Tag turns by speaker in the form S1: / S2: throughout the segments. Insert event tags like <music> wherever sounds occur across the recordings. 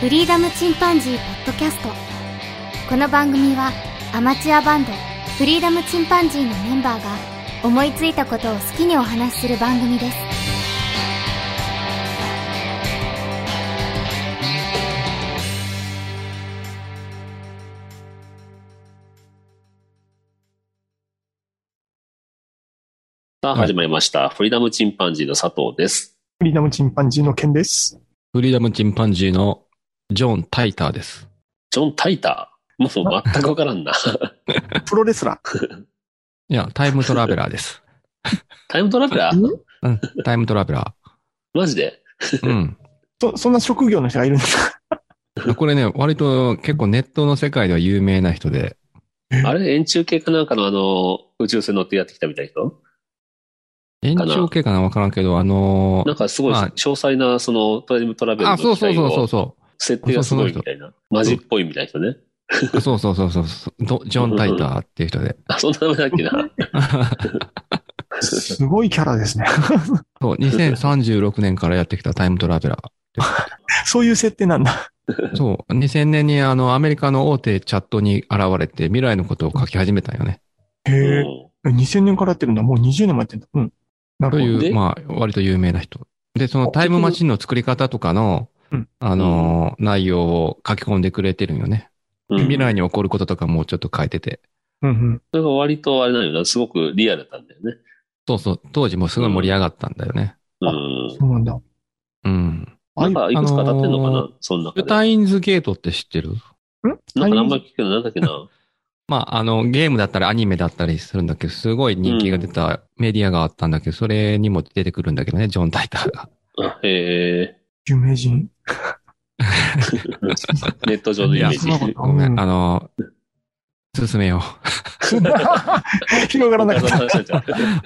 S1: フリーダムチンパンジーポッドキャストこの番組はアマチュアバンドフリーダムチンパンジーのメンバーが思いついたことを好きにお話しする番組です
S2: さあ、
S3: はい
S2: 始まりました。フリーダムチンパンジーの佐藤です。
S4: フリーダムチンパンジーの
S2: <laughs>
S4: 件です。
S3: フリーダムチンパンジーのジョン・タイターです。
S2: ジョン・タイター。もう全くわからんな。
S4: プロレスラ
S3: いや、タイムトラベラーです。
S2: タイムトラベラ
S4: ー。
S2: ー
S4: ん
S3: うん、タイムトラベラ
S2: マジで
S3: ー。うん。
S4: そ、そんな職業の人がいるんですか
S3: これね、割と結構ネットの世界では有名な人で、
S2: あれ円柱系かなんかのあの、宇宙船乗ってやってきたみたいな人
S3: 延長系かなわからんけど、あのー
S2: なんかすごい
S3: まあ
S2: 詳細な、その、タイムトラベル
S3: あ、
S2: の
S3: そう
S2: 機
S3: そ
S2: 体
S3: うそうそう
S2: を、
S3: そ
S2: 設定がすごいみたいな。マジっぽいみたいな人ね。
S3: う。そうそうそうそうそう。どジョン・タイターっていう人で。
S2: あ、そんな名前だっけな。 <laughs>
S4: すごいキャラですね。
S3: そう、2036年からやってきたタイムトラベラ
S4: そういう設定なんだ。
S3: ー。そう、2000年にあの、アメリカの大手チャットに現れて未来のことを書き始めたよね。
S4: へ
S2: う
S4: え。
S2: ん
S4: 2000年からやってるんだ。もう20年もやってんだ。うん。な
S3: と
S4: るほど。
S3: い
S2: で
S3: う、まあ、割と有名な人。で、そのタイムマシンの作り方とかの
S4: うん、
S3: あのー、内容を書き込んでくれてるんよね。
S2: うん
S3: 未来に起こることとかもちょっと変えてて。
S4: うんうん。
S2: それが割とあれなんよな。すごくリアルだったんだよね。
S3: そうそう、当時もすごい盛り上がったんだよね。
S2: うん。
S4: そうなんだ。
S3: うん。
S2: なんか、いくつか当たってんのか
S3: あ
S2: な
S3: の
S2: そんな
S3: シュタインズゲートって知ってる
S2: なんか名前聞くけど、なんだっけ
S3: <laughs>
S2: な。
S3: まあ、あの、ゲームだったりアニメだったりするんだけど、すごい人気が出たメディアがあったんだけど、それにも出てくるんだけどね、ジョン・タイターが。
S2: あへえ。
S4: 有名人。 <laughs>
S2: <laughs> ネット上のイメージ
S4: いや。そんなこと
S3: ごめ
S4: うん
S3: ん、あの、進めよ
S4: 広がらなかった。
S3: う。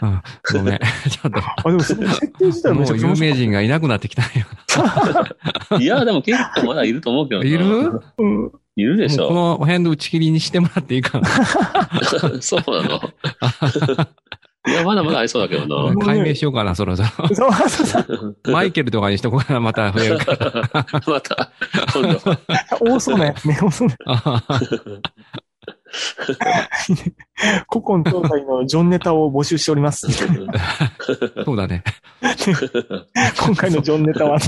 S3: うんごめん、 <laughs> ちょっと。
S4: <laughs> あ、でもその設定自体
S3: も
S4: めちゃ
S3: う
S4: くちゃ面
S3: 有
S4: 白い。
S3: 名人がいなくなってきた
S4: <laughs>
S3: よ。
S2: いや、でも結構まだいると思うけどな。
S3: いる
S4: うん
S2: いるでし
S3: もうこ
S2: ょ。
S3: の辺で打ち切りにしてもらっていいかな。
S2: <laughs> そうなの。いや、まだまだありそうだけどな。
S3: 解明しようかな、そろそろ。
S4: そうそうそう
S3: マイケルとかにしとこうかな、また増
S2: <laughs>
S3: えるから。
S2: また、今度。
S4: 多そうなやつね。多そうな。
S3: あ
S4: 古今東西のジョンネタを募集してお
S2: <laughs>
S4: ります。
S3: そうだね。 <laughs>
S4: 今回のジョンネ
S2: <laughs>
S4: タは。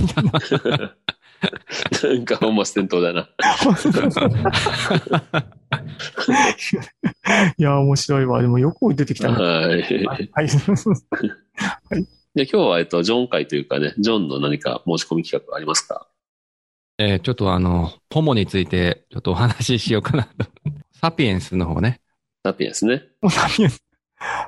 S2: なんか本末転倒だな。
S4: いや、面白いわ。でもよく出てきたね。
S2: はい。じゃあ
S4: はい。
S2: 今日は、えっと、ジョン会というかね、ジョンの何か申し込み企画ありますか
S3: えーちょっとあの、ポモについて、ちょっとお話ししようかなと。サピエンスの方ね。
S2: サピエンスね。
S4: もう何や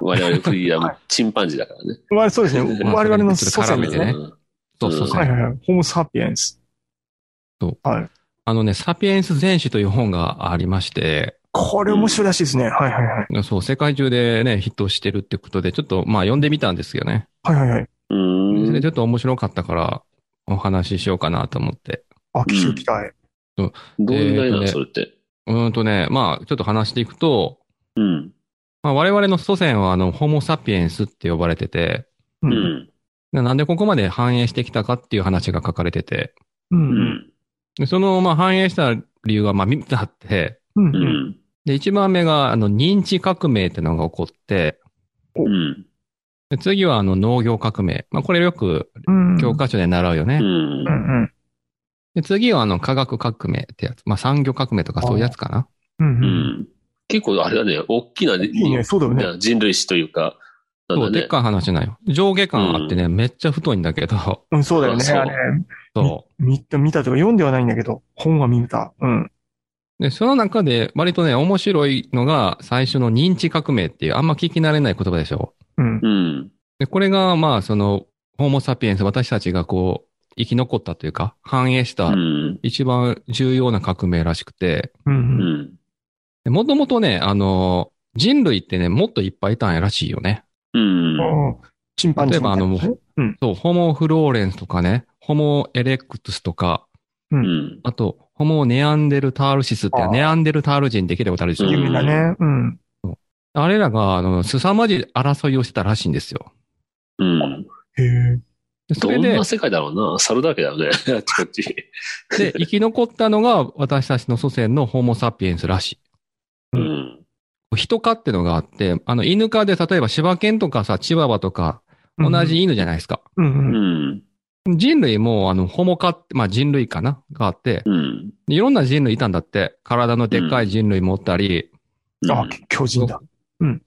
S2: 我々フリーダム、チンパンジーだからね。
S4: まあそうですね。
S3: まあ
S4: 我々の
S3: そ
S4: 祖
S3: れちょっと絡めて
S4: 先ですね。
S3: ね
S2: う。ん
S3: そうそうそう。
S4: はいはいはい。ホモ・サピエンス。
S3: あのね、サピエンス全史という本がありまして、
S4: これ面白いらしいですね。はいはいはい。
S3: そう、世界中でね、ヒットしてるってことで、ちょっとまあ読んでみたんですよね。
S4: はいはいはい。
S2: う
S3: それ
S2: ん
S3: でち。ょっと面白かったから、お話ししようかなと思って。
S4: あ、聞き期待。
S2: どういう内容なの
S3: えーとね
S2: それって。
S3: うーんとね、まあ、ちょっと話していくと、
S2: うん。
S3: まあ、我々の祖先はあの、ホモ・サピエンスって呼ばれてて、
S2: う
S4: う。
S2: んん。
S3: ななんでここまで繁栄してきたかっていう話が書かれてて、
S4: う。
S2: うんん。
S3: でその、まあ、繁栄した理由が、まあ、3つあって、
S4: う。
S2: うんん。
S3: で、1番目が、あの、認知革命ってのが起こって、
S2: うん。
S3: で次は、あの、農業革命。まあ、これよく
S4: うん。
S3: 教科書で習うよね。
S2: うん
S4: う。んうん。
S3: で、次は、あの、科学革命ってやつ。まあ、産業革命とかそういうやつかな。
S4: うん
S2: う
S4: うん。
S2: ん結構あれだね、大きな、
S4: いいね。そうだよね。
S2: 人類史というか、なん
S3: そ
S2: だ
S3: う、でっ
S2: ね。
S3: かい話なんよ。上下感あってね、めっちゃ太いんだけど、
S4: うん、そうだよね。
S2: そう
S4: あれ、
S3: そ
S4: 見た、見たというか読んではないんだけど、本は見た。うん。
S3: う。で、その中で、割とね、面白いのが、最初の認知革命っていう、あんま聞き慣れない言葉でしょ。
S4: うん。
S2: うん。
S3: で、これが、まあ、その、ホモ・サピエンス、私たちがこう、生き残ったというか、繁栄し
S2: う
S3: た、
S2: ん。
S3: 一番重要な革命らしくて、
S4: う。
S2: うんん。
S3: もともとね、あの、人類ってね、もっといっぱいいたんやらしいよね。
S2: うん。
S4: うん。チンパンジーみたいなね。
S3: 例えばあの
S4: うん。
S3: そう、ホモ・フローレンスとかね、ホモ・エレクトゥスとか、
S2: うん。
S3: あと、ホモ・ネアンデルタールシスって
S4: あ、ー
S3: ネアンデルタール人できることあるでしょ。
S2: うん
S4: 有名だね。うん。
S3: あれらが、あの、凄まじい争いをしてたらしいんですよ。
S2: うん。
S4: へえ。
S3: でそ
S2: ど
S3: れ
S2: ん
S3: で
S2: な、世界だろうな。猿だらけだよね。 <laughs> あっちこっち。
S3: で、生き残ったのが私たちの祖先のホモサピエンスらしい。
S2: <laughs> うん。
S3: 人科ってのがあって、あの、犬科で例えば柴犬とかさ、チワワとか、同じ。犬じゃないですか。
S4: うん
S2: う
S4: うん。
S2: ん。
S3: 人類も、あの、ホモ科って、まあ人類かながあって、
S2: うん。
S3: でいろんな人類いたんだって。体のでっかい人類持ったり、
S2: うん
S4: あ、巨人だ。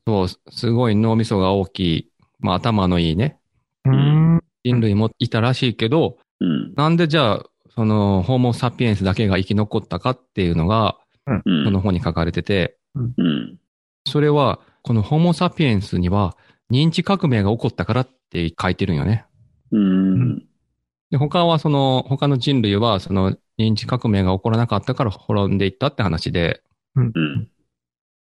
S3: そう、すごい脳みそが大きい、まあ頭のいいね、
S4: うーん。
S3: 人類もいたらしいけど、
S2: うん。
S3: なんでじゃあ、その、ホモサピエンスだけが生き残ったかっていうのが、
S2: うん
S3: この本に書かれてて、
S2: うん。
S3: それは、このホモサピエンスには、認知革命が起こったからって書いてるんよね。
S2: うん。
S3: で、他はその、他の人類は、その、認知革命が起こらなかったから滅んでいったって話で、
S2: うん。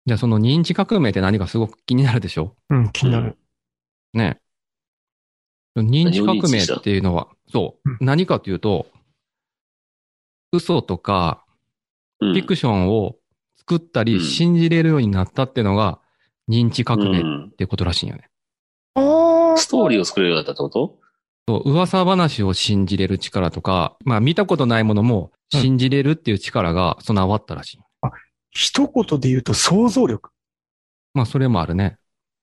S3: じゃあその認知革命って何かすごく気になるでしょ
S4: うん、気になる。
S3: ね。認知革命っていうのは、そうう、何かというと、嘘とか、
S2: う
S3: フ
S2: ん。
S3: ィクションを作った
S2: う
S3: り、
S2: ん
S3: 信じれるようになったっていうのが、認知革命
S2: う
S3: っ
S2: ん
S3: てことらしいんよね。
S4: あ
S2: ストーリーを作れるようになったってこと
S3: そう、噂話を信じれる力とか、まあ見たことないものも信じれるっていう力が備わったらしい。
S4: 一言で言うと想像力。
S3: まあそれもあるね。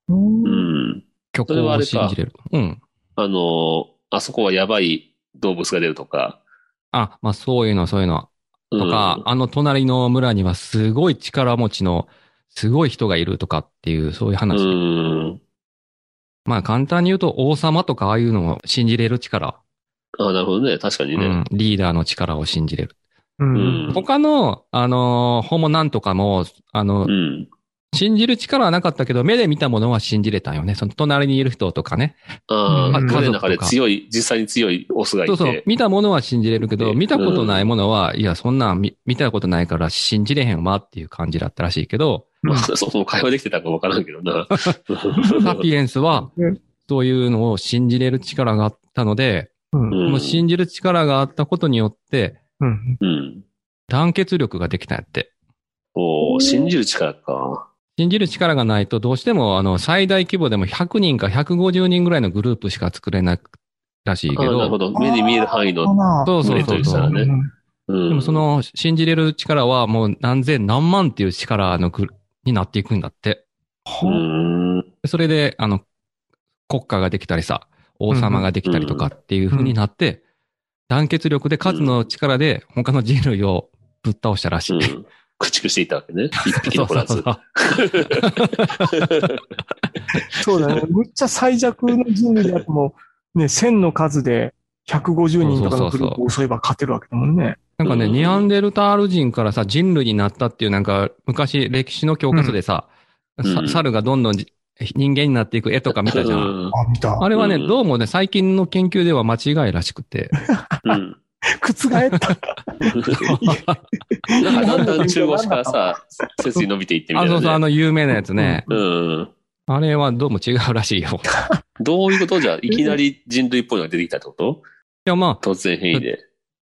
S4: う。
S2: うんん。
S3: 曲
S2: それはあ
S3: を
S2: れか
S3: 信じれる。うん。
S2: あの、あそこはやばい動物が出るとか。
S3: あ、まあそういうの、そういうの。
S2: うん
S3: とか、あの隣の村にはすごい力持ちの、すごい人がいるとかっていう、そういう
S2: う
S3: 話。
S2: ん。
S3: まあ簡単に言うと、王様とかああいうのを信じれる力。
S2: あ、なるほどね。確かに
S3: う
S2: ね
S3: ん。リーダーの力を信じれる。
S4: う。
S2: うんん。
S3: 他の、あのー、ホモなんとかも、あの、
S2: うん。
S3: 信じる力はなかったけど、目で見たものは信じれたんよね。その隣にいる人とかね。
S2: ああ、
S4: うん
S2: 彼の中
S3: 家族
S2: で
S3: とか
S2: 強い、実際に強いオスがい
S3: そ
S2: て。
S3: うそう。見たものは信じれるけ
S2: う
S3: ど、
S2: ん
S3: 見たことないものは、いや、そんなん見見たことないから信じれへんわっていう感じだったらしいけど、
S2: まあ、 <laughs> そこも会話できてたかわからんけど
S3: <laughs>
S2: な。
S3: サ
S2: <laughs>
S3: ピエンスは
S4: うん、
S3: そういうのを信じれる力があったので、
S4: うん。
S3: この信じる力があったことによって、
S4: うん。
S2: うん。
S3: 団結力ができたんやって。
S2: おー信じる力か。
S3: 信じる力がないと、どうしても、あの、最大規模でも100人か150人ぐらいのグループしか作れないらしい
S2: あ
S3: け
S2: ーなるほ
S3: ど、
S2: ど。目に見える範囲の。
S4: な
S3: そうそう
S2: グ
S3: そ
S2: レートで
S3: う
S2: した
S3: そ
S2: ら
S3: う。
S2: ねうん。
S3: でもそ、の、信じれる力はもう何千何万っていう力のグルになっていくんだって。
S2: う
S4: は
S2: ん。
S3: それで、あの、国家ができたりさ、王様ができたりとかっていう風になって、団結力で数の力で他の人類をぶっ倒したらし
S2: う
S3: い。 <laughs>
S2: ん。駆逐していたわけね。一匹
S3: そ
S2: 残
S3: うそ
S2: ら
S3: うそう
S2: ず。
S4: そうだね。むっちゃ最弱の人類であっても、ね、1000の数で150人とかのグループを襲えば勝てるわけだもんね。
S3: なんかね、
S2: うん
S3: ニアンデルタール人からさ、人類になったっていうなんか、昔歴史の教科書でさ、
S2: うん
S3: さ
S2: うん
S3: 猿がどんどんじ人間になっていく絵とか見たじゃん。
S2: うん
S4: あ、見た。 <laughs>
S3: あれはね、
S2: うん
S3: どうもね、最近の研究では間違いらしくて。
S2: うん。
S4: 覆 <laughs> った。
S2: なんかだんだん中腰からさ、背筋伸びていってみた
S3: あ、
S2: い
S3: そ
S2: な
S3: うそう、あ
S2: ね。
S3: の有名なやつね。
S2: うん。
S3: あれはどうも違うらしいよ。い
S2: どういうことじゃあいきなり人類っぽいのが出てきたってこと
S3: や、まあ、
S2: 突然変異で。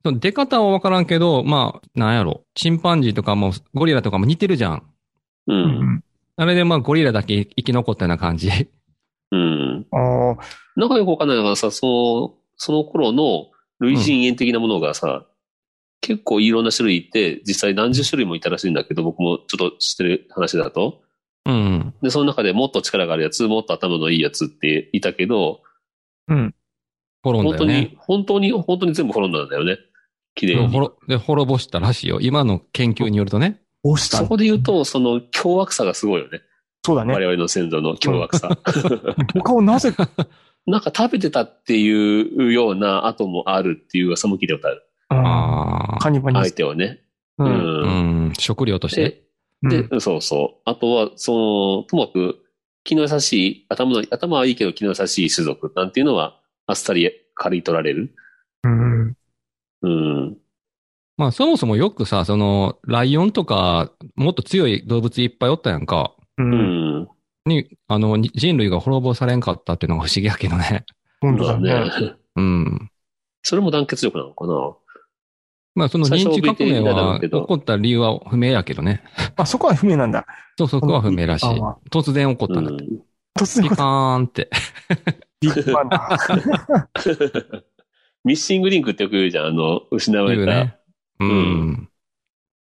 S3: その出方はわからんけど、まあ、なんやろ。チンパンジーとかもゴリラとかも似てるじゃん。
S2: う。
S4: うんん。
S3: あれでまあゴリラだけ生き残ったような感じ。 <laughs>
S2: うん。
S4: ああ、
S2: なんかよくわかんないのがさ、その、その頃の類人猿的なものがさ、結構いろんな種類いて、実際何十種類もいたらしいんだけど、僕もちょっと知ってる話だと。
S3: うん。
S2: で、その中でもっと力があるやつ、もっと頭のいいやつっていたけど、
S4: うん。
S3: 滅ん
S2: 本
S3: だ
S2: 当
S3: よね。
S2: に、本当に、本当に全部滅んだんだよね。綺麗
S3: うん
S2: に。
S3: ほろで、滅ぼしたらしいよ。今の研究によるとね。
S4: 押した
S2: そ。こで言うと、その凶悪さがすごいよね。
S4: そうだね。
S2: 我々の先祖の凶悪さ。 <laughs>
S4: 他をなぜか、
S2: なんか食べてたっていうような後もあるっていう噂も聞いたことある。
S4: あ
S3: ああ。
S4: カニバ
S2: 相
S4: ニ
S2: 手をね。
S4: う。
S2: うん。
S3: うんん。食料として。
S2: で、
S4: うん
S2: で、そうそう。あとは、その、ともかく、気の優しい、頭の、頭はいいけど気の優しい種族なんていうのは、あっさり刈り取られる。
S4: うん。
S2: うん。
S3: まあそもそもよくさ、その、ライオンとか、もっと強い動物いっぱいおったやんか。
S4: う。
S2: うんん。
S3: に、あの、に人類が滅ぼされんかったっていうのが不思議やけどね。 <laughs>
S4: 本当
S2: そ
S4: だ
S2: う
S4: ね。
S2: だね。
S3: うん。
S2: それも団結力なのかな
S3: まあその認知革命は起こった理由は不明やけどね。
S4: あ、そこは不明なんだ。
S3: そう、そこは不明らしい
S4: あ。
S3: 突然起こったんだって
S2: うん
S4: 突然
S3: ピカーンって。
S4: ビッグバンダー。
S2: <laughs> ミッシングリンクってよく言うじゃん、あの、失わ
S3: 言
S2: れ
S3: う
S2: た。
S3: ね。うん。
S2: うん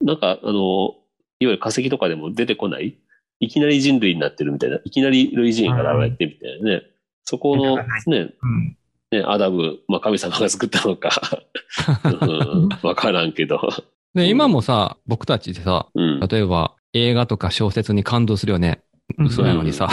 S2: なんか、あの、いわゆる化石とかでも出てこない、いきなり人類になってるみたいな、いきなり類人が現れてみたいなね。そこの
S4: な、
S2: ね、
S4: うん
S2: ね、アダム、まあ神様が作ったのか、うんわからんけど。
S3: で、今もさ、僕たちでさ、
S2: うん。
S3: 例えば映画とか小説に感動するよね。
S4: うん
S3: 嘘やのにさ。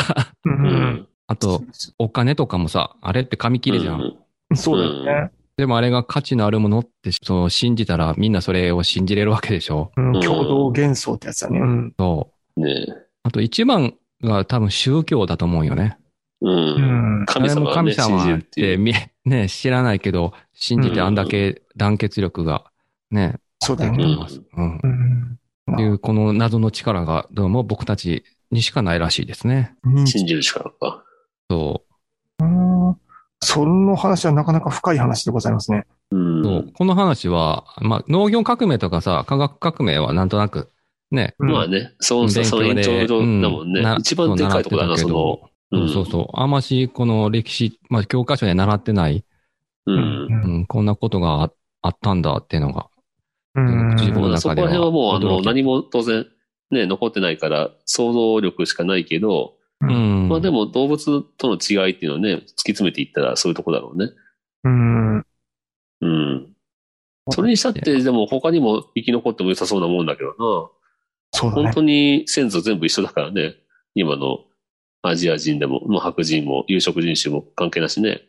S4: う
S2: うんん。
S3: <laughs> あと、お金とかもさ、あれって紙切れじゃん。
S2: うん。
S4: そうだよね。
S3: でもあれが価値のあるものって、その信じたらみんなそれを信じれるわけでしょ。
S4: うん
S2: うん
S4: 共同幻想ってやつだね。うん。
S3: そう。
S2: ね
S3: あと一番が多分宗教だと思うよね。
S2: うん。
S4: うん
S2: 神様
S3: あ
S2: が
S3: れも
S2: ね、
S3: 神様
S2: 信じる
S3: っ
S2: ってい
S3: て
S2: う。
S3: み、ね、知らないけど、信じてあんだけ団結力がね、
S4: そうだ
S3: で
S4: よ
S3: きて
S4: ね。
S3: ます。うん。
S4: うん。
S3: っていう、この謎の力がどうも僕たちにしかないらしいですね。
S4: 認知
S2: 信じるしかなか。
S3: そ
S4: うんその話はなかなか深い話でございますね。
S2: う
S3: う。そ
S2: ん
S3: う。この話は、まあ、農業革命とかさ、科学革命はなんとなく、ね、
S4: うん
S2: まあね、その、
S3: 勉
S2: その
S3: 強
S2: 延
S3: で。
S2: 長上
S3: うん
S2: だもんね
S3: な。
S2: 一番でかいとこだな、そ
S3: そ
S2: う
S3: 習って
S2: の。
S3: たけど
S2: うん
S3: そうそうそう。あんまし、この歴史、まあ、教科書で習ってない、
S2: う。
S4: うん
S3: うん、こんなことがああったんだっていうのが。
S4: うん
S3: 自分の
S2: まあそ
S3: 中
S2: こ
S3: では
S2: ら辺はもう、あ
S3: 驚
S2: の、
S3: き
S2: 何も当然、ね、残ってないから、想像力しかないけど、
S3: うん。
S2: まあでも動物との違いっていうのはね、突き詰めていったらそういうとこだろうね。
S4: うん。
S2: うん。それにしたって、でも他にも生き残っても良さそうなもんだけど
S4: そう
S2: な。
S4: だね
S2: 本。当に先祖全部一緒だからね。今のアジア人でも、まあ白人も、有色人種も関係なしね。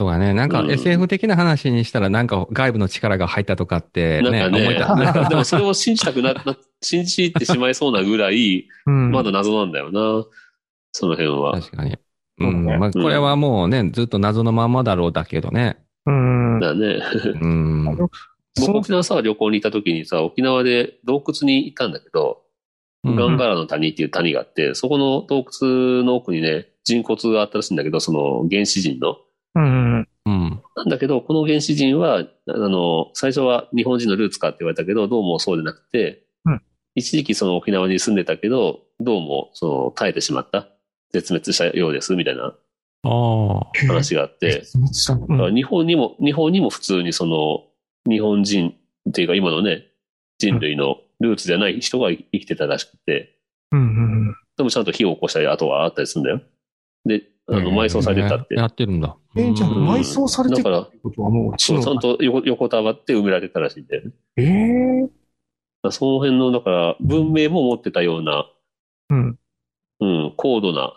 S3: そうだね。なんか
S2: うん
S3: SF 的な話にしたら、なんか外部の力が入ったとかって、
S2: なん
S3: ね、
S2: か
S3: 思い
S2: ね、
S3: た。
S2: <laughs> なんかでもそれを信じたくな、な信じてしまいそうなぐらい、
S4: うん
S2: まだ謎なんだよな。その辺は。
S3: 確かに。う
S4: そうだ
S3: ん。
S4: ね
S3: まあ、これはもうね、ずっと謎のままだろうだけどね。
S2: <laughs>
S4: うん。
S2: だね。
S3: うん。
S4: の
S2: 僕
S4: そう
S2: 沖縄さ、旅行に行った時にさ、沖縄で洞窟に行ったんだけど、
S3: うん
S2: ガンガラの谷っていう谷があって、そこの洞窟の奥にね、人骨があったらしいんだけど、その原始人の。
S4: うん。
S3: うん。
S2: なんだけど、この原始人は、あの、最初は日本人のルーツかって言われたけど、どうもそうでなくて、
S4: うん
S2: 一時期その沖縄に住んでたけど、どうもその耐えてしまった。絶滅したようです、みたいな
S3: ああ。
S2: 話があって、
S4: 秘密だう
S2: だか
S4: ん
S2: ら日本にも、日本にも普通にその、日本人っていうか今のね、人類のルーツじゃない人が生きてたらしくて、
S4: うんうん
S2: でもちゃんと火を起こしたり跡があったりするんだよ。で、あの、埋葬されてたって。
S3: やってるんだ。
S4: えー、じゃあ
S3: うん
S4: 埋葬されて
S2: だ
S4: る
S2: から
S4: って、ことはもう知
S2: そう、ちゃ
S4: 能
S2: んと横横たわって埋められてたらしいんだよね。だか
S4: ええ
S2: らその辺の、だから、文明も持ってたような、
S4: うん。
S2: うん、高度な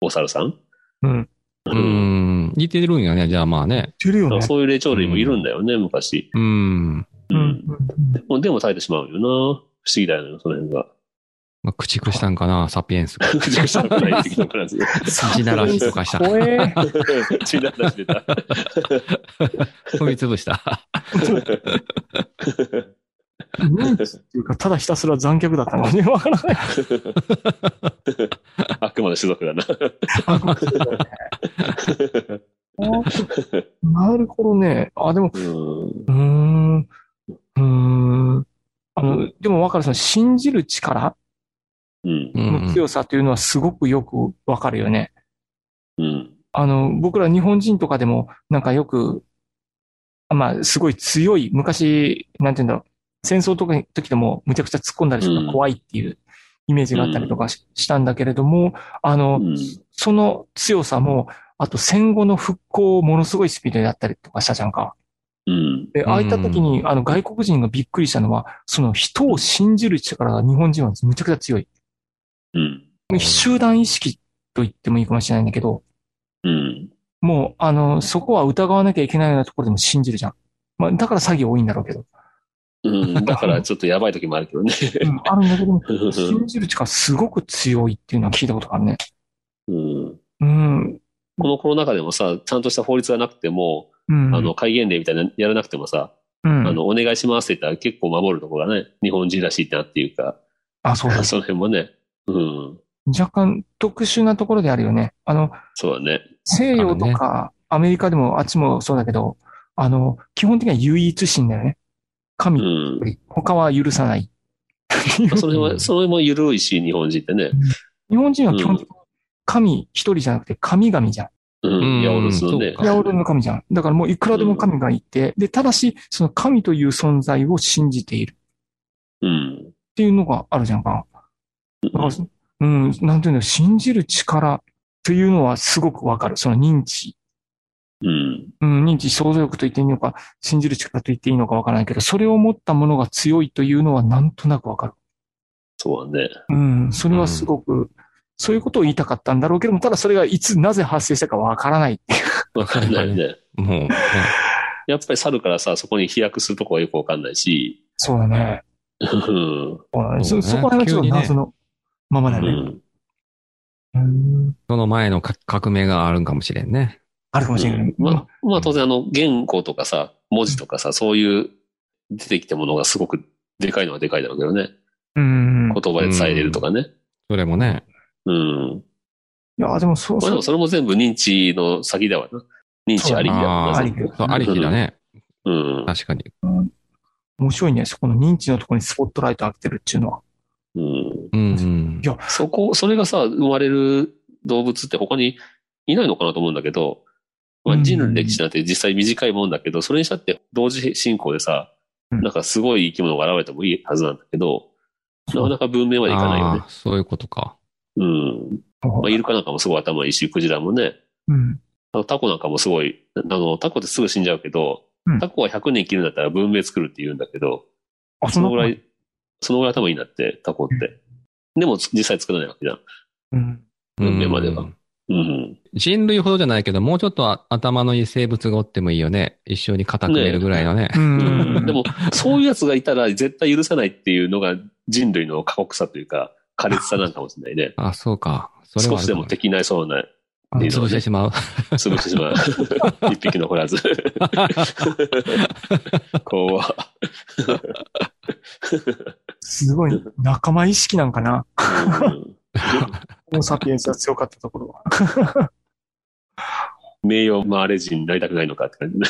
S2: お猿さん。
S4: うん。
S2: う
S3: う。ん。似てるんやね。じゃあまあね。
S4: 知るよ
S2: だか
S4: ね
S2: ら。そういう霊長類もいるんだよね、昔。
S3: うん。
S2: う。
S4: うんん
S2: もうでも耐えてしまうよな。不思議だよね、その辺が。
S3: まあ、駆逐したんかな、サピエン
S2: <laughs>
S3: スが。
S2: 口がしたくないって聞いたからず。
S3: 地ならしとかした。
S4: 怖え。
S2: 血流してた。
S3: 飛び潰した。
S4: 認知っていうか、ただひたすら残虐だったのね。わからない。
S2: <laughs> 悪魔の種族だな。
S4: <laughs> なるほどね。あ、でも、
S2: うん。
S4: うーん。うーん。あの、でも、わかる、その、信じる力
S2: <laughs> うん。
S3: うん
S4: の強さというのはすごくよくわかるよね。
S2: うん。
S4: あの、僕ら日本人とかでも、なんかよく、まあ、すごい強い、昔、なんて言うんだろう、戦争とかに時でも、むちゃくちゃ突っ込んだり
S2: う
S4: と
S2: ん
S4: か怖いっていうイメージがあったりとかし,、たんだけれども、あ
S2: う
S4: の、
S2: ん。
S4: その強さも、あと戦後の復興をものすごいスピードでやったりとかしたじゃんか。
S2: うん。
S4: で、ああいった時に、あの、外国人がびっくりしたのは、その人を信じる力が日本人はむちゃくちゃ強い。
S2: うん。
S4: 集団意識と言ってもいいかもしれないんだけど、
S2: うん。
S4: もう、あの、そこは疑わなきゃいけないようなところでも信じるじゃん。まあ、だから詐欺多いんだろうけど。
S2: うん。だからちょっとやばい時もあるけどね。
S4: うん、あるんだけども、
S2: う
S4: 信じる力すごく強いっていうのは聞いたことがあるね。
S2: ん、
S4: うん。
S2: このコロナ禍でもさ、ちゃんとした法律がなくても、
S4: うん。
S2: あの、、戒厳令みたいなのやらなくてもさ、
S4: うん、
S2: あの、お願いしますって言ったら結構守るとこがね、日本人らしいなっていうか、
S4: あ、そうだ。
S2: その辺もね、うん、
S4: 若干特殊なところであるよね。あの、
S2: そうだね。
S4: 西洋とか、アメリカでも、あっちもそうだけど、あの、基本的には唯一神だよね。
S2: う
S4: 神、 <laughs>
S2: ん。
S4: 他は許さない。
S2: まあその辺
S3: う
S2: は、
S3: ん
S2: その辺も緩いし、日本人ってね。
S4: 日本人は基本的に神一人じゃなくて神々じゃん。
S2: うん。ヤオルスの
S3: うん
S2: ね
S3: そう。か
S4: ヤオルの神じゃん。だからもういくらでも神がいて、で、ただし、その神という存在を信じているっ
S2: うん。
S4: ていうのがあるじゃんか。だからうん、なんていうんだろう、信じる力というのはすごくわかる。その認知。
S2: うん。
S4: うん、認知、想像力と言っていいのか、信じる力と言っていいのかわからないけど、それを持ったものが強いというのはなんとなくわかる。
S2: そうだね。
S4: うん、それはすごく、そういうことを言いたかったんだろうけども、ただそれがいつ、なぜ発生したかわからない。
S2: わかんないね。
S3: もうね、
S2: やっぱり猿からさ、そこに飛躍するとこはよくわかんないし。
S4: そうだね。
S2: うん。
S4: そうだね。
S3: そう
S4: そ
S3: ね
S4: そこら辺はちょっと謎のまま
S2: う
S4: だね。
S2: ん。
S4: うん、
S3: その前のか革命があるんかもしれんね。
S4: あるかもしれない。
S2: まあ、まあ当然あの、言語とかさ、文字とかさ、そういう出てきたものがすごくでかいのはでかいだろうけどね。
S4: うん。
S2: 言葉で伝えれるとかね。
S3: それもね。
S2: うん。
S4: いや、でもそう、
S2: まあでもそれも全部認知の先だわな。認知ありきだわ
S3: あ
S2: な。
S3: ー
S4: ありき
S3: そう、ありきだね。
S2: うん。
S3: 確かに。
S4: 面白いね。そこの認知のところにスポットライト当ててるっていうのは。
S2: うん。
S3: うん、うん
S4: いや。
S2: そこ、それがさ、生まれる動物って他にいないのかなと思うんだけど、まあ、
S4: うん
S2: 人類の歴史なんて実際短いもんだけど、それにしたって同時進行でさ、
S4: うん
S2: なんかすごい生き物が現れてもいいはずなんだけど、なかなか文明までいかないよね
S3: あ。ーそういうことか。
S2: うん。まあ、イルカなんかもすごい頭いいし、クジラもね。
S4: うん。
S2: あのタコなんかもすごい、あの、タコってすぐ死んじゃうけど、
S4: うん
S2: タコは100年生きるんだったら文明作るって言うんだけど、
S4: あ、
S2: そ
S4: そ
S2: の
S4: の
S2: ぐ
S4: ぐ
S2: ら
S4: らい。
S2: い、そのぐらい頭いいんだって、タコって。でも実際作らないわけじゃん。
S4: うん。
S2: 文明
S3: うん
S2: まではうん。
S3: 人類ほどじゃないけど、もうちょっとあ頭のいい生物がおってもいいよね。一緒に肩組めるぐらいのね。。
S4: うん。
S2: でも、そういうやつがいたら絶対許さないっていうのが人類の過酷さというか、苛烈さなんかもしれないね
S3: あ、そうか。 <laughs> それは
S2: 少
S3: あ
S2: し
S3: る
S2: で
S3: か
S2: も敵になりそうな、
S4: うん
S2: いいの
S3: 潰してし
S2: <laughs>
S3: まう。
S2: 潰してしまう。一匹残らず。こ
S4: すごい、仲間意識なんか <laughs> な。
S2: う、うん
S4: このサピエンスが強かったところは。
S2: 名誉マーレ人になりたくないのかって感じね。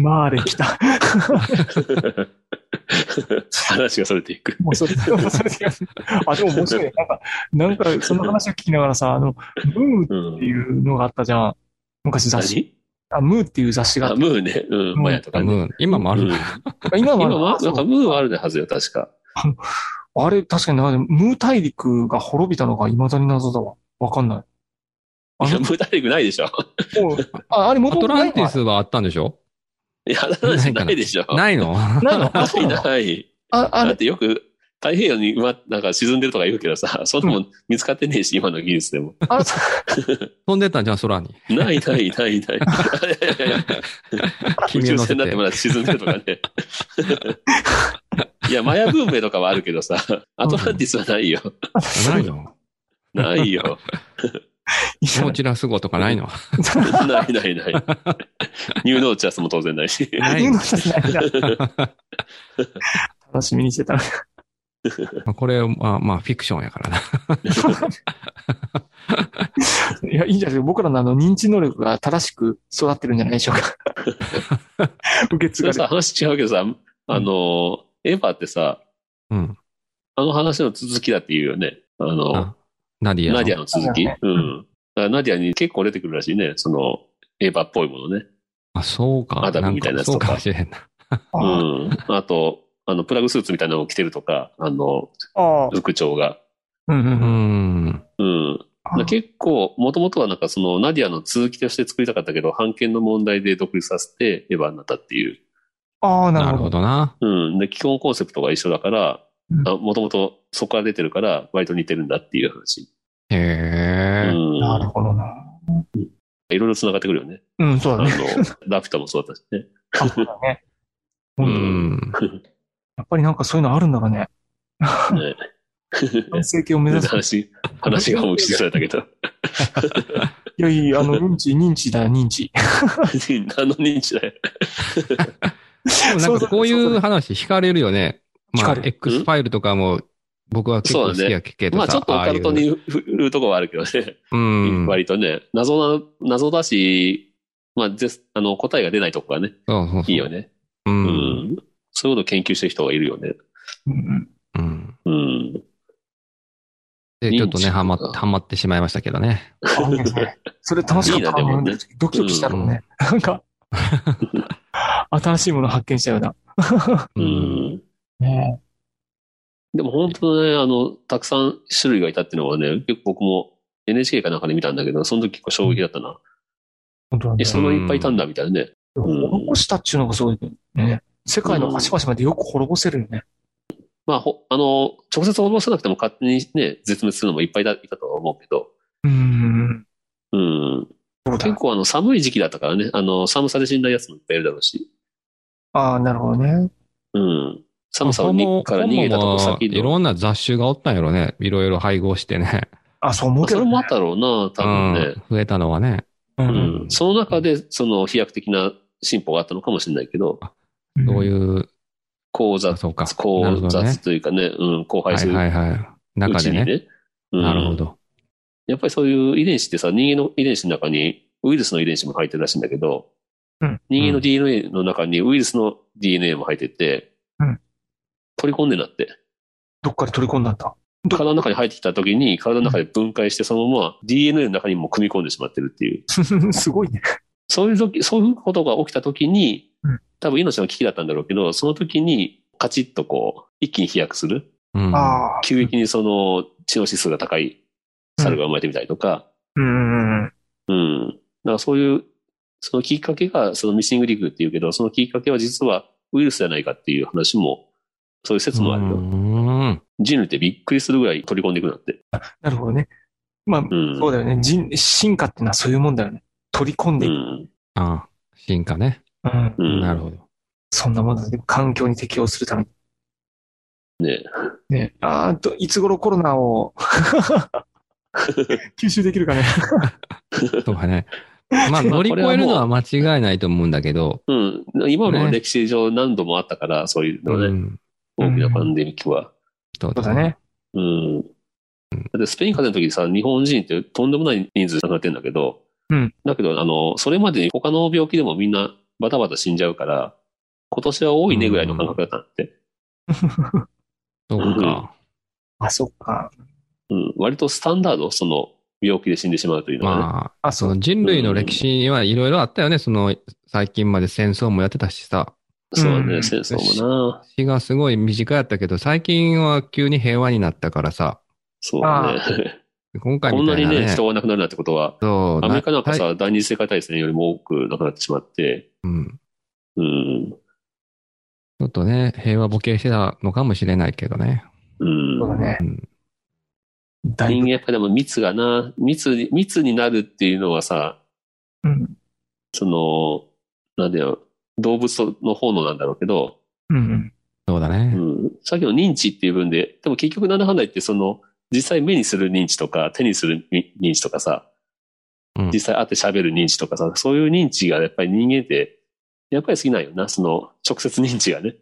S4: マーレ来た。
S2: <laughs> 話がそれていく。
S4: もうそれ、それあ、でも面白いね。なんか、なんか、その話を聞きながらさ、あの、ムーっ
S2: う
S4: て
S2: ん。
S4: いうのがあったじゃん。昔雑誌。
S2: 何
S4: あ、ムーっていう雑誌があ
S2: あ、
S4: っ
S2: ムーね。うん、マヤとか
S3: ム
S2: ね。
S3: ーン今もある、
S2: うん
S4: た。今
S2: 今は
S4: は、
S2: なんかムーはあるはずよ、確か。
S4: あれ、確かになんか、ムー大陸が滅びたのが未だに謎だわ。わかんない。
S2: いや、ムー大陸ないでしょ。 <laughs>
S4: もう、あ、あれ
S3: ア
S4: 元
S3: ト
S4: 々
S3: ラ
S4: な
S3: ン
S4: いの
S3: ティスはあったんでしょ
S2: いや、話ないでしょ。
S3: な
S2: <laughs>
S3: いの
S4: ないのあ、そうなの
S2: ない。
S4: あ、あ
S2: だっ
S4: れ、
S2: てよく太平洋に、ま、なんか沈んでるとか言うけどさ、そんなもん見つかってねえし、今の技術でも。
S4: あ、そう
S3: 飛んでったんじゃん、空に。
S2: ないないないない。いやいやいや <laughs> 宇
S3: 君
S2: 宙
S3: を乗せ
S2: 船だって
S3: て
S2: ま。だ沈んでるとかね。いや、マヤ文明とかはあるけどさ、アトランティスはないよ。
S3: な
S2: <laughs>
S3: いの
S2: ないよ。
S4: い
S3: モ
S4: や
S3: ーチラス号とかないの
S2: <laughs> ないないない。ニューノーチャスも当然ない
S4: <laughs>
S2: し。
S3: ない
S4: 言うのじゃないな楽しみにしてたのに。
S3: まあこれ、まあ、まあ、フィクションやからな。
S4: いや、いいんじゃないですか。僕らのあの、認知能力が正しく育ってるんじゃないでしょうか。受け継
S2: そ
S4: が
S2: れ
S4: れ
S2: さ、話違うけどさ、あの、エヴァってさ、
S3: うん。
S2: あの話の続きだって言うよね。あの、
S3: あナディアの。
S2: ナディアの続き。うん。だからナディアに結構出てくるらしいね。その、エヴァっぽいものね。
S3: あ、そうか。
S2: アダムみたいなやつとか
S3: んそうかもしれんな。
S4: あー
S2: うん。あと、あの、プラグスーツみたいなのを着てるとか、あの、
S4: あー。
S2: 副長が。
S4: うんう
S3: うん
S4: うん。
S3: ん。
S2: うん。だから結構、もともとはなんかその、ナディアの続きとして作りたかったけど、版権の問題で独立させて、エヴァになったっていう。
S4: ああ、な
S3: な
S4: る
S3: る
S4: ほ
S3: ほ
S4: ど。
S3: どな。
S2: うん。で、基本コンセプトが一緒だから
S4: う、ん
S2: もともとそこから出てるから、割と似てるんだっていう話。
S3: へ
S2: う
S3: え。
S2: ん。
S4: なるほどな。
S2: いろいろ繋がってくるよね。
S4: うん、そう
S2: あ
S4: だ
S2: の
S4: ね。、
S2: ラピュタもそうだったしね。
S4: あそうだね。
S2: う。
S3: うんん。
S4: やっぱりなんかそういうのあるんだろうね。
S2: ね
S4: 完成形を目
S2: 全
S4: 指
S2: 然
S4: す。
S2: <laughs> 話、話が思いきりそれたけど。
S4: いやいや、あの、認知、認知だよ、認知。
S2: 何の認知だよ。
S3: でもなんかこういう話惹かれるよね。ま
S4: 惹か
S3: あ
S4: れ、る
S3: X ファイルとかも僕は結構好きやけど
S2: ま
S3: さ。
S2: あちょっとオ
S3: ああ
S2: カ
S3: い
S2: ル
S3: う
S2: トに振るとこはあるけどね。
S3: うん。
S2: 割とね、謎な、謎だし、まあ、ぜあの、答えが出ないとこがね、
S3: そうそうそう。
S2: いいよ。ね。
S3: う。
S2: うんん。そういうことを研究してる人がいるよね。
S4: うんうん
S3: うん。
S2: うん。
S3: で、ちょっと
S2: 認
S3: ね、
S2: 知
S3: ハマっ
S2: とか
S3: ハマってしまいましたけどね。
S4: あいいですねそれ楽しかった
S2: いいなでも
S4: な。
S2: ね
S4: ドキドキしたのね。なんか、新しいもの発見したような。
S2: う。ん。
S4: ね
S2: でも本当ね、あの、たくさん種類がいたっていうのはね、結構僕も NHK かなんかで見たんだけど、その時結構衝撃だったな。
S4: 本当なんだ
S2: え、そんなにいっぱいいたんだみたいなね。うん
S4: 滅ぼしたっていうのがすごいね。世界の端々までよく滅ぼせるよね。
S2: まあ、ほあの、直接応募さなくても勝手にね、絶滅するのもいっぱいだいたとは思うけど、
S4: うん。
S2: うん。
S4: そう
S2: 結
S4: だ。
S2: 構あの、寒い時期だったからね、あの、寒さで死んだやつもいっぱいいるだろうし、
S4: ああ、なるほどね。
S2: うん。寒さをにから逃げたとこ先
S3: い
S2: の。
S3: ろんな雑種がおったんやろね。いろいろ配合してね。
S4: あ、そう思うけ
S2: そ
S4: ど
S2: れ
S4: ね。
S2: もあったろうな、多分ね。
S3: うん。増えたのはね。
S4: うん。
S2: うん
S3: うん
S2: その中で、その飛躍的な進歩があったのかもしれないけど、
S3: どういうう、
S2: 高
S3: あ
S2: 雑、
S3: そうか。なる
S2: 高
S3: ほどね
S2: 雑。というかね、うん、荒
S3: は
S2: 廃す
S3: い
S2: る
S3: は
S2: う
S3: いはい。中
S2: ち
S3: で
S2: に
S3: ね。
S2: ね。うん
S3: なるほ。ど。
S2: やっぱりそういう遺伝子ってさ、人間の遺伝子の中にウイルスの遺伝子も入ってるらしいんだけど、
S4: うん
S2: 人間の DNA の中にウイルスの DNA も入ってて、
S4: うん
S2: 取り込んでんだって。
S4: どっかで取り込んだんだ。ど
S2: 体の中に入ってきた時に、体の中で分解して、そのまま DNA の中にも組み込んでしまってるっていう。
S4: <laughs> すごいね。
S2: そういう時、そういうことが起きた時に
S4: うん、
S2: 多分命の危機だったんだろうけど、その時にカチッとこう、一気に飛躍する。
S3: うん。
S4: ああ。
S2: 急激にその知能指数が高い猿が生まれてみたりとか、
S4: うん。
S2: うん。だからそういう、そのきっかけが、そのミシングリグっていうけど、そのきっかけは実はウイルスじゃないかっていう話も、そういう説もある
S3: う
S2: よ。
S3: ん。
S2: 人類ってびっくりするぐらい取り込んでいくなって。
S4: なるほどね。まあ、
S2: うん。
S4: そうだよね。人、進化ってのはそういうもんだよね。取り込んで
S2: う
S4: いく。
S2: ん。
S3: ああ進化ね。
S4: うん。
S2: うん。
S3: な
S2: <laughs>
S3: るほど。
S4: そんなもんだね。環境に適応するために。
S2: ね
S4: ね。あーと、いつ頃コロ
S2: <laughs>
S4: ナを吸収できるかね。
S3: とかね。まあ、乗り越えるのは間違いないと思うんだけど、
S2: うん。今の歴史上何度もあったから、そういうのね、
S3: ん。
S2: 大きなパンデミックは。
S3: そう
S4: そうだ。ね。
S2: うん。だってスペイン風邪の時にさ、日本人ってとんでもない人数亡くなってんだけど、
S4: うん
S2: だけど、あの、それまでに他の病気でもみんなバタバタ死んじゃうから、今年は多いねぐらいの感覚だったんだって。
S3: そうか。
S4: <laughs> あ、そっか。
S2: うん、割とスタンダード、その、病気で死んでしまうというのはね。
S3: まあ、
S4: あ、
S3: そ
S4: そう。
S3: の人類の歴史にはいろいろあったよね。その、最近まで戦争もやってたしさ。
S2: そうだ
S4: うん
S2: ね、戦争もな。
S3: 死がすごい短やったけど、最近は急に平和になったからさ。
S2: そうだね。
S3: 今
S2: <laughs>
S3: 回
S2: こん
S3: みた
S2: ないに
S3: な、ね。
S2: ね、人が亡くなるなんてことは、
S3: そう
S2: アメリカなんか
S3: はい
S2: さ、第二次世界大戦よりも多く亡くなってしまって、
S3: うん。
S2: うん、
S3: ちょっとね、平和ボケしてたのかもしれないけどね。
S2: うん
S4: そう。だね
S3: う。ん。
S4: だい
S2: 人
S4: ぶ
S2: 間。やっぱりでも密がな、密に、密になるっていうのはさ、
S4: うん。
S2: その、なんだよ、動物の方のなんだろうけど、
S4: うん。
S3: そうだ
S2: う
S3: ね。
S2: ん、さっきの認知っていう分で、でも結局なんだかんだ言って、その、実際目にする認知とか、手にするみ認知とかさ、
S3: うん
S2: 実際会って喋る認知とかさ、そういう認知がやっぱり人間って、やっぱり好きなんよな、その、直接認知がね。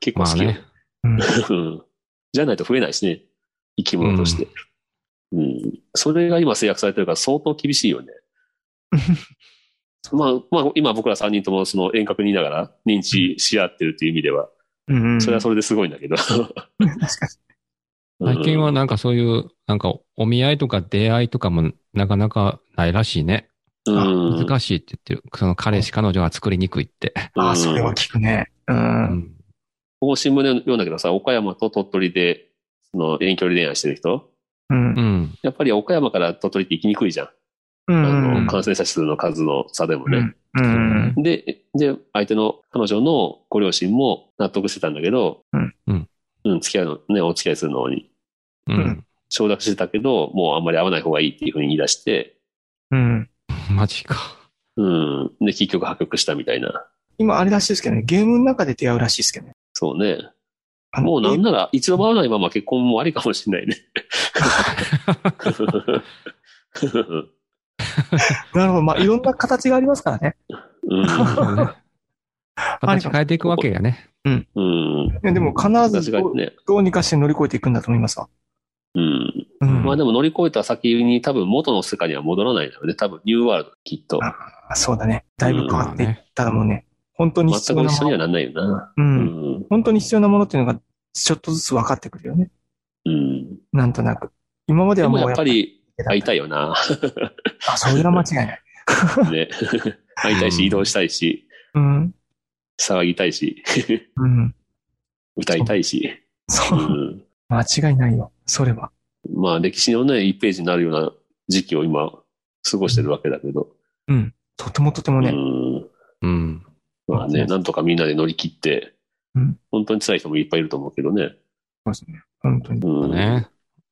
S2: 結構
S3: ま
S2: 好
S3: あ
S2: きよ、
S3: ね。
S2: うんじゃないと増えないしね、生き物として。うん。それが今制約されてるから相当厳しいよ
S4: <laughs>
S2: ね。まあ、まあ、今僕ら3人ともその遠隔にいながら認知し合ってるっていう意味では、
S4: うん。
S2: それは
S4: う
S2: それですごいんだ
S4: <laughs>
S2: けど。
S4: ん。確か
S3: 最近は
S2: うん
S3: なんかそういう、なんかお見合いとか出会いとかもなかなかないらしいね。
S2: <laughs> うん、
S3: 難しいって言ってる。その彼氏彼女が作りにくいって。
S4: に。あ、それは
S2: うん
S4: 聞くね。う。
S3: うんん。
S2: ここ新聞で読んだけどさ、岡山と鳥取で、その遠距離恋愛してる人
S4: うん
S3: う。ん。
S2: やっぱり岡山から鳥取って行きにくいじゃん。あ
S4: うん。
S2: の、感染者数の数の差でもね。
S4: うん。
S2: で、で、相手の彼女のご両親も納得してたんだけど、
S4: うん
S3: うん。
S2: うん、付き合うの、ね、お付き合いするのに、
S3: う。
S4: うん
S2: 承諾してたけど、もうあんまり会わない方がいいっていうふうに言い出して、
S4: うん。
S3: マジか。
S2: うん。で、結局破局したみたいな。
S4: 今、あれらしいですけどね。ゲームの中で出会うらしいですけどね。
S2: そうね。
S4: あの
S2: もうなんなら、一度も会わないまま結婚もありかもしれないね。
S4: なるほど。まあ、いろんな形がありますからね。
S2: うん。
S3: そうね <laughs> 形変えていくわけやね。
S2: うん。
S4: いやでも、必
S2: 確
S4: ず
S2: かに
S4: どう
S2: ね。
S4: どうにかして乗り越えていくんだと思いますわ。
S2: うん。
S4: うん。
S2: まあでも乗り越えた先に多分元の世界には戻らないだろうね。多分ニューワールド、きっと。
S4: そうだね。だいぶ変わっていったらもうね、本当に必
S2: 全
S4: 要
S2: く
S4: な
S2: 一緒
S4: も
S2: に
S4: の
S2: は、なんないよな。
S4: う、
S2: うんん。
S4: 本当に必要なものっていうのが、ちょっとずつ分かってくるよね。
S2: うん。
S4: なんとなく。今まで
S2: で
S4: は
S2: も
S4: もう
S2: やっぱ、り会い
S4: い。
S2: たいよ <laughs> な。
S4: あ、それは間違いない。
S2: ね。 <laughs> 会いたいし、移動したいし、
S4: うん。
S2: 騒ぎたいし、
S4: うん。
S2: 歌いたいし。
S4: そうう。
S2: ん、
S4: 間違いないよ。それは。
S2: まあ、歴史のね、1ページになるような時期を今、過ごしてるわけだけど。
S3: うん。
S4: とてもとても
S2: う
S4: ね。
S2: ん。
S3: うん。
S2: まあ
S4: そ
S2: ね、
S4: う
S2: なんとかみんなで乗り切って
S4: うん、
S2: 本当に辛い人もいっぱいいると思うけどね。
S4: そうですね。本当に。
S2: うん。
S3: ね。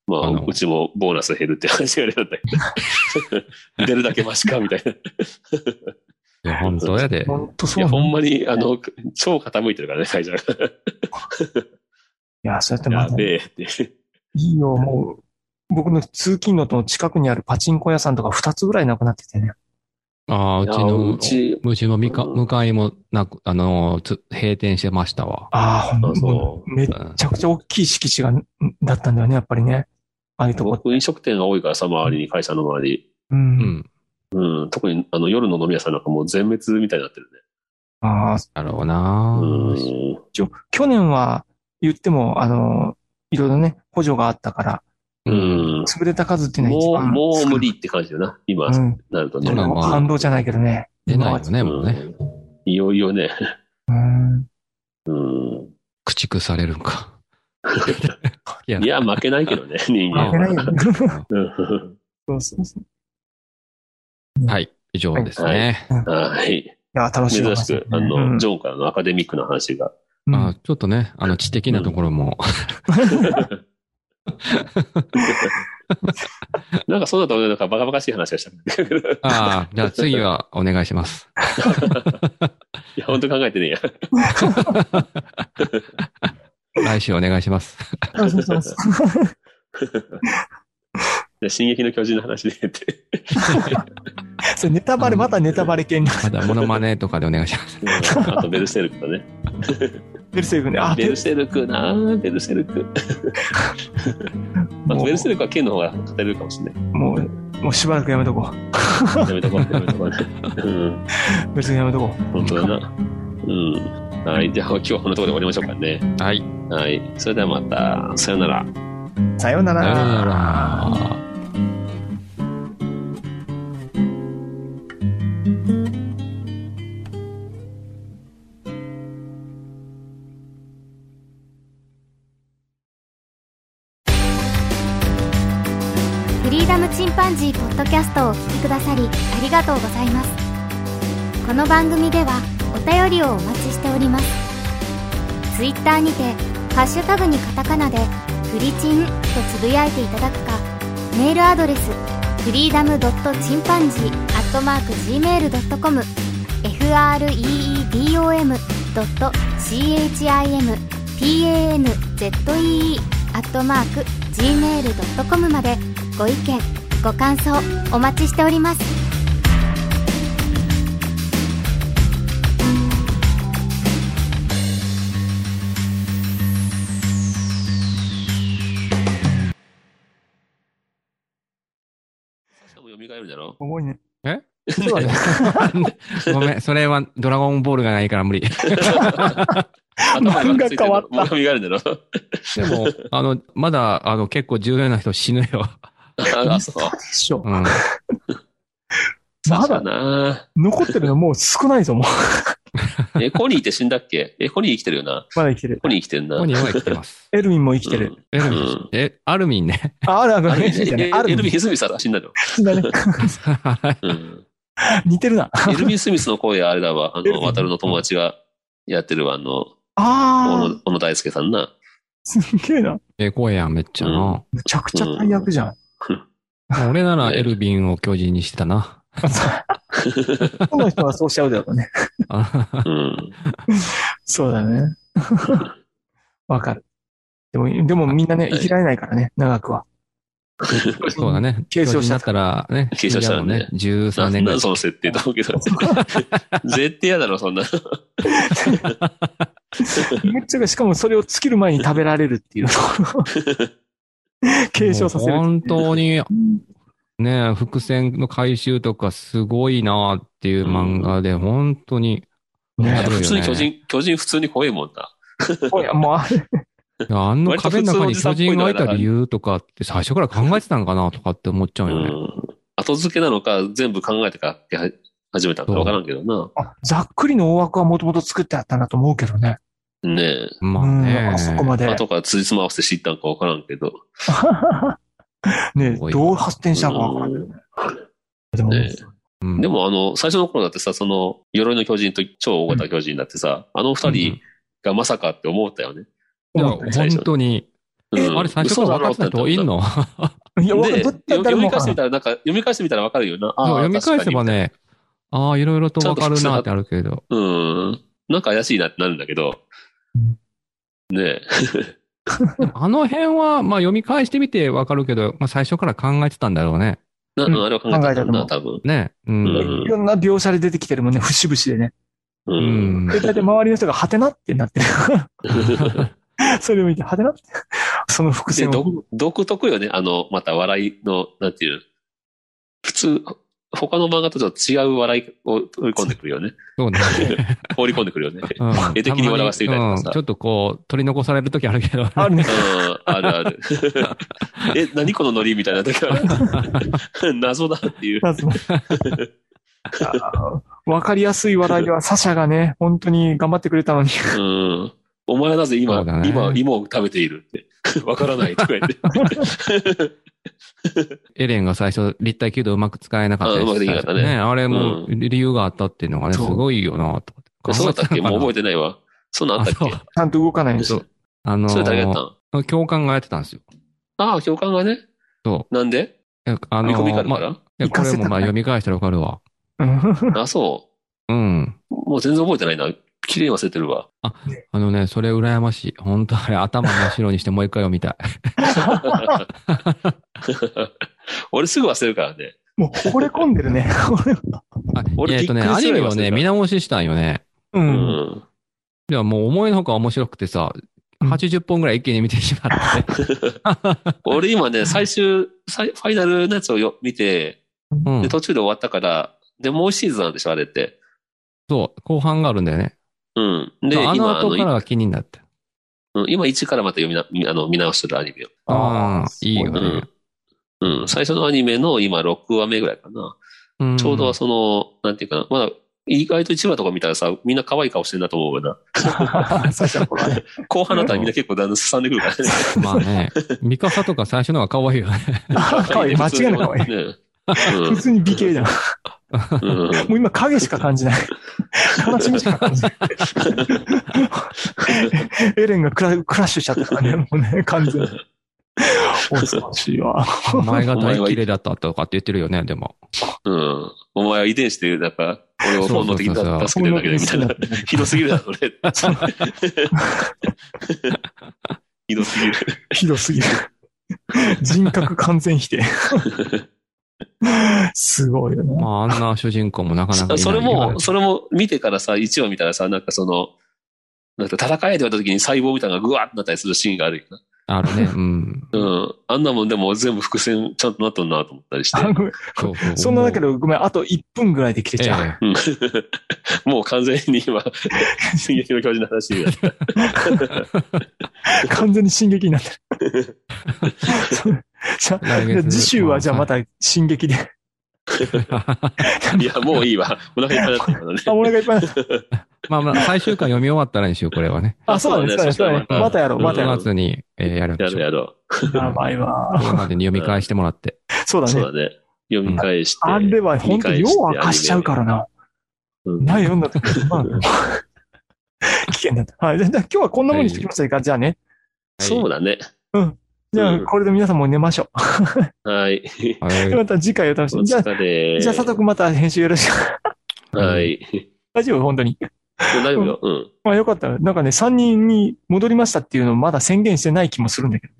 S2: まあ、
S3: あの
S2: うちもボーナス減るって話があれだったけ <laughs> ど、出るだけマシか、みたいな。い
S3: いや、本当やで。
S4: 本当そう
S2: や、
S4: な
S2: ほ
S4: の。い
S2: んまに、あの、超傾いてるからね、会社が。
S4: や、そうやってま
S2: や
S4: だ
S2: べえって。
S4: いいよ、もう。僕の通勤路の近くにあるパチンコ屋さんとか2つぐらいなくなっててね。
S3: ああ、うち
S2: いや
S3: の、
S2: うち、
S3: うちもみか、向かいもなく、あの、つ閉店してましたわ。
S4: ああ、ほん
S2: そう
S4: と
S2: そ
S4: めっちゃくちゃ大きい敷地が、んだったんだよね、やっぱりね。ああいうとこ。
S2: <laughs> 僕飲食店が多いからさ、周りに、会社の周り。
S4: う。
S3: うんん。
S2: うん、特にあの夜の飲み屋さんなんかもう全滅みたいになってるね。
S4: ああ、
S3: だろうな
S2: うん。
S4: 一応、去年は言っても、あの、いろいろね、補助があったから、
S3: う
S2: うん。
S4: 潰れた数っていうのは一
S2: もう、
S4: 番。
S2: もう無理って感じだな、今、
S4: うん。
S2: なると
S4: そ
S2: ね
S4: れ。
S3: まあ
S4: も
S3: まあ
S4: 反動じゃないけどね。
S3: 出ないよね、
S2: う
S3: もうね。
S2: んいよいよね。
S4: う
S2: う
S4: ん。
S2: ん。
S3: 駆逐されるんか。いや
S2: いや、負けないけ
S4: <laughs>
S2: どね、人間
S4: 負けないよ
S2: は。
S4: ね。 <laughs>
S2: うん
S4: そうそうそう。
S3: はい。以上ですね。
S2: はい。
S4: いや、楽しい話
S2: 珍
S4: だ
S2: しく
S4: ね、
S2: あ
S4: う
S2: の、
S4: ん
S2: ジョンからのアカデミックな話が。
S4: うん
S3: まあ、ちょっとね、あの、知的なところも。
S2: なんかそうだとね、なんかバカバカしい話がしたんだけど。 <laughs> い
S3: ああ、じゃあ次はお願いします。
S2: や、本当考えてねえや。
S3: 来週お願いします。
S4: そうそうそうそう。
S2: で進撃の巨人の話でっ
S4: <laughs>
S2: て。
S4: <laughs> それネタバレ、またネタバレ系になる。
S3: まだモノマネとかでお願いします。
S2: うんあと、ベルセルクだね。
S4: ベルセルクね。あ、
S2: ベル
S4: セ
S2: セルクなあベルセルク。まあ、ベルセルクは剣の方が語れるかもしれ
S4: <laughs>
S2: ない。
S4: もう、もうしばらくやめとこう。
S2: やめとこう、やめとこうね。
S4: <laughs>
S2: うん、
S4: ベルセルクやめとこ
S2: 本当だな。うん。はい、じゃあ今日はこのところで終わりましょうかね。
S3: はい。
S2: はい。それではまた、さよなら。
S4: う。さような
S3: さ
S4: ら。
S3: よなら。
S1: フリーダムチンパンジーポッドキャストをお聞きくださりありがとうございますこの番組ではお便りをお待ちしておりますツイッターにてハッシュタグにカタカナでフリチンとつぶやいていただくかメールアドレスフリーダムドットチンパンジーアットマーク Gmail.com freedom ドット chimpanzee アットマーク gmail.com までご意見ご感想お待ちしております
S2: も蘇るんだろ
S4: 重いね。
S3: え
S4: そうだね。
S3: ごめん、それはドラゴンボールがないから無理。
S2: 頭がついてる
S4: 漫画変わ
S2: の
S4: っ。た
S2: もう蘇るんだろ
S3: でも、あの、まだ、あの、結構重要な人死ぬよ。
S2: あ、あそう。
S4: でしょ。
S3: うん。
S4: ま
S2: そう
S4: だ
S2: な。
S4: 残ってるのもう少ないぞ、もう。
S2: え、コニーって死んだっけえ、コニー生きてるよな。
S4: まだ生きてる。
S2: コニー生きてんな。
S3: 本人は生きてます。
S4: エルミンも生きてる。
S3: エルミン
S2: うん
S3: え、アルミンね。 <laughs>
S4: あ、あるある
S2: あ
S4: あ
S2: れ、
S4: る。
S2: え
S4: エルミンじゃない
S2: え
S4: ある
S2: エルビン・スミスは死んだの。
S4: だね。 <laughs>
S2: うん。
S4: 似てるな。
S2: エルビン・スミスの声はあれだわ。あ
S4: エル
S2: の、
S4: ビン
S2: 渡るの友達がやってるわ、あの、
S4: あ
S2: 小
S4: あ
S2: 野、小野大輔さんな。
S4: すんげえな。
S3: ええ声やん、めっちゃな。
S4: むちゃくちゃ大役じゃん。
S3: 俺ならエルビンを巨人にしてたな。
S4: <laughs> この人はそうしちゃうだろうね。
S3: あ
S2: うん。
S4: そう
S2: <laughs>
S4: だね。わかる。でも、でもみんなね、生きられないからね、
S2: <laughs>
S4: 長くは。
S3: そうだね。
S4: 継承
S3: 巨人
S4: し
S3: だ
S4: た
S3: ったらね、
S2: 継承したらね
S3: 死んじゃうもんね13
S2: な
S3: 年ぐ
S2: な
S3: らい
S2: ん。その設定と思うけ
S3: <laughs>
S2: ど。絶対嫌だろ、そんな。
S4: めっちゃ、しかもそれを尽きる前に食べられるっていうところを継承させる。
S2: <laughs>
S3: もう本当に
S4: うん
S3: ね、伏線の回収とかすごいなっていう漫画で、本当に。
S4: ね
S3: 面白い
S2: 普
S3: よね
S2: 通に巨人、巨人普通に怖いもんな。
S4: おや、もうあれ、
S3: いや、あの壁の中に巨人がいた理由とかって最初から考えてたのかなとかって思っちゃ
S2: う
S3: うよね。
S2: ん。後付けなのか、全部考えてかけ始めたのかわからんけどな。
S4: あ、ざっくりの大枠はもともと作ってあったなと思うけどね。
S2: ねえ。
S3: まあね。
S4: うん、あそこまで。
S2: 後から辻褄合わせて知ったんかわからんけど。
S4: ね
S3: すごいな
S4: どう発展したのかわからないけどね。でも、
S2: ね
S3: うん
S2: で、もあの、最初の頃だってさ、その、鎧の巨人と超大型巨人だってさ、あの二人がまさかって思ったよね。
S3: いや、
S4: 思った
S3: 本当に。
S2: うん
S3: あれ、最初から分かってた人いん <laughs> のそう
S4: いや、わか
S2: で、
S4: ど
S2: 読
S4: っちだったら
S2: み
S4: も
S2: 返してみ
S4: う、
S2: たら、なんか、読み返してみたらわかるよな。ああ
S3: 読み返せば。ね、ああ、いろいろと分かるなってあるけど。
S2: 確かにうん。なんか怪しいなってなるんだけど
S4: うん。
S2: ねえ。
S3: あの辺は、まあ読み返してみて分かるけど、まあ最初から考えてたんだろうね。
S2: な、
S4: うん
S2: あれは考えたんだろう
S4: 考え
S2: な、
S4: た
S2: 多分。
S3: ね。うん。
S2: う
S4: いろんな描写で出てきてるもんね、節々でね。
S2: う。
S3: うんん
S4: で、大体周りの人がハテナってなってる。
S2: <laughs>
S4: それを見て、ハテナって。その伏
S2: で、
S4: 線を。
S2: ど独特よね。あの、また笑いの、なんていう。普通、他の漫画とちょっと違う笑いを取り込んでくるよ
S3: <laughs>
S2: ね。
S3: そうね。
S2: <laughs> 放り込んでくるよね。
S3: うん
S2: 絵的に笑わせてみたりとかさ
S3: うんちょっとこう、取り残される時あるけど。
S4: ある <laughs> ね。
S2: うん、あるあ
S3: <laughs>
S2: る。え、何このノリみたいな時ある。 <laughs> 謎だっていう。
S4: まずもあーわかりやすい話題では、サシャがね、本当に頑張ってくれたのに。
S2: うん。お前はなぜ
S3: そ
S2: 今、
S3: うだね
S2: 今、芋を食べているって。わからないとか
S3: <laughs>
S2: 言って。
S3: エレンが最初、立体球道うまく使えなかったり
S2: あうまくできなかったね
S3: あれも
S2: う
S3: 理由があったっていうのがね、す
S4: そう
S3: ごいよなと思て。
S2: そうだったっけもう覚え
S3: え
S2: てないわ。そんなんあったっけ
S4: ちゃんと動かないん
S3: あ、
S4: で
S3: そ
S4: す
S3: う。あの
S2: それ誰がやった
S3: ー、
S2: ん
S3: 教官がやってたんですよ。
S2: ああ、教官がね。
S3: そ
S2: なんで
S3: う。あ
S2: 見
S3: の
S2: 込みか
S3: ー、
S2: ら
S3: ま
S2: か
S3: あ、い
S2: ら、
S3: やこれもまあ
S4: 行かせたくない
S3: 読み返したらわかるわ。
S4: うん
S2: あ、そ
S3: うん。
S2: う。もう全然覚えてないな。綺麗に忘れてるわ。
S3: あのね、それ羨ましい。本当あれ、頭真っ白にしてもう一回読みたい。
S2: 俺すぐ忘れるからね。
S4: もう惚れ込んでるね。
S3: あ
S2: 俺
S3: えっ、とね、
S2: びっく
S3: ア
S2: りす
S3: ニ
S2: る
S3: メ
S2: よ
S3: をね、見直ししたんよね。
S4: う。
S2: うんん。
S3: いや、もう思いのほか面白くてさ、
S4: うん
S3: 80本ぐらい一気に見てしまって。 <laughs>
S2: 俺今ね、最終、最ファイナルのやつをよ見て、
S3: うん
S2: で、。途中で終わったから、で、もう一シーズンなんでしょ、あれって。
S3: そう、後半があるんだよね。
S2: うん。で、
S3: あの
S2: 今、あ
S3: 後から
S2: の、
S3: が気になって。
S2: うん今1からまた読みなみ、あの、見直してるアニメを。
S3: あ
S4: あ
S3: あ
S4: ー、
S3: いいよ
S2: う
S3: ね
S2: ん。。うん。最初のアニメの今6話目ぐらいかな。
S3: ん
S2: ちょうどその、なんていうかな。まだ、意外と1話とか見たらさ、みんな可愛い顔してんなと思うよ
S4: <laughs> サシャの頃はね。
S2: な。後半だったらみんな結構だんだんすさんでくるからね。
S3: <laughs> まあね、ミカサとか最初のが可愛いよね。
S4: 可愛い間違いなく可愛い
S2: ねうん
S4: 普通に美形じゃん。も
S2: うん
S4: う今影しか感じない。悲しみしか感じない。 <laughs> エレンがクラクラッシュしちゃったからね、もうね、完 <laughs> 全に。恐ろしいわ。
S3: お前が大綺麗だったとかって言ってるよね、でも。
S2: うん。お前は遺伝子で、なんか、俺を本能的に
S3: そうそうそうそう
S2: 助けてるだけで、みたい
S4: <laughs>
S2: な。ひどすぎるだろ、俺。ひどすぎる。
S4: ひどすぎる。人格完全否定。すごいよね。
S3: まあ、あんな主人公もなかなかいない。
S2: そ <laughs> れ
S3: 今ね
S2: も、それも見てからさ、1話見たらさ、なんかその、なんか戦えって言われた時に細胞みたいなのがグワーってなったりするシーンがあるよな。
S3: あるね、うん。
S2: うん。あんなもんでも全部伏線ちゃんとなっとんなと思ったりして。
S3: <laughs>
S4: あごめん
S3: そうそう
S4: <laughs> そんな中でごめん、あと1分ぐらいで切れちゃう。
S2: う
S3: え
S2: んもう完全に今、 <laughs> 進撃の巨人の話になった。
S4: 完全に進撃になって <laughs> る。そうじゃあ
S3: 来月
S4: 次週はじゃあまた進撃で。
S3: え
S2: い
S3: <laughs>
S2: や、もういいわ。お腹いっぱいだったからね。
S4: あ、お腹いっ <laughs> ぱいになった
S3: まあまあ、最終回読み終わったらにしよう、これはね。
S4: あ、そうだね、そうだね、そうだね。
S2: うん
S4: またやろう、またやろ
S3: 5
S4: う。
S3: 月に、えーやるん
S2: や
S3: でし
S2: ろう
S3: ょ
S2: やろ
S4: やばいわ
S3: こ。れまでに読み返してもらって。
S4: そう
S2: う。
S4: だ
S2: そう
S4: ね。
S2: だね。読み返して。
S4: あれは本当、
S2: 見返
S4: よ
S2: して
S4: う明かしちゃうから
S2: う
S4: な。
S2: ん
S4: ない読んだ時に、 <laughs> まあ、危険だった。はい。じゃあ今日はこんなもんにしてきましたかじゃあね。
S2: そうだね。
S4: じゃ
S2: う
S4: あ、
S2: ん
S4: これで皆さんも寝ましょう。
S2: はい。
S3: はい。
S4: また次回お楽し
S2: お
S4: みに。じゃあ、
S2: 疲れ。
S4: じゃあ、佐藤君また編集よろしく。
S2: はい。
S4: 大丈夫本当に。
S2: 大丈夫よ。うん。
S4: まあよかった。なんかね、3人に戻りましたっていうのをまだ宣言してない気もするんだけど。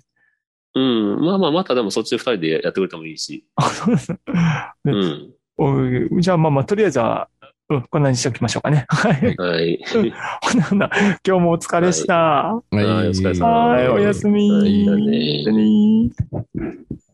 S2: うん。まあまあ、またでもそっちで二人でやってくれてもいいし。
S4: あ、そうです。
S2: うん。
S4: <laughs> おじゃあまあまあ、とりあえずは、うん、こんなにしておきましょうかね。はい。
S2: はい。
S4: こんなんだ。今日もお疲れした。
S2: はいお疲れ様
S4: はい、おやすみ。
S2: はいじゃあね
S4: おやすみ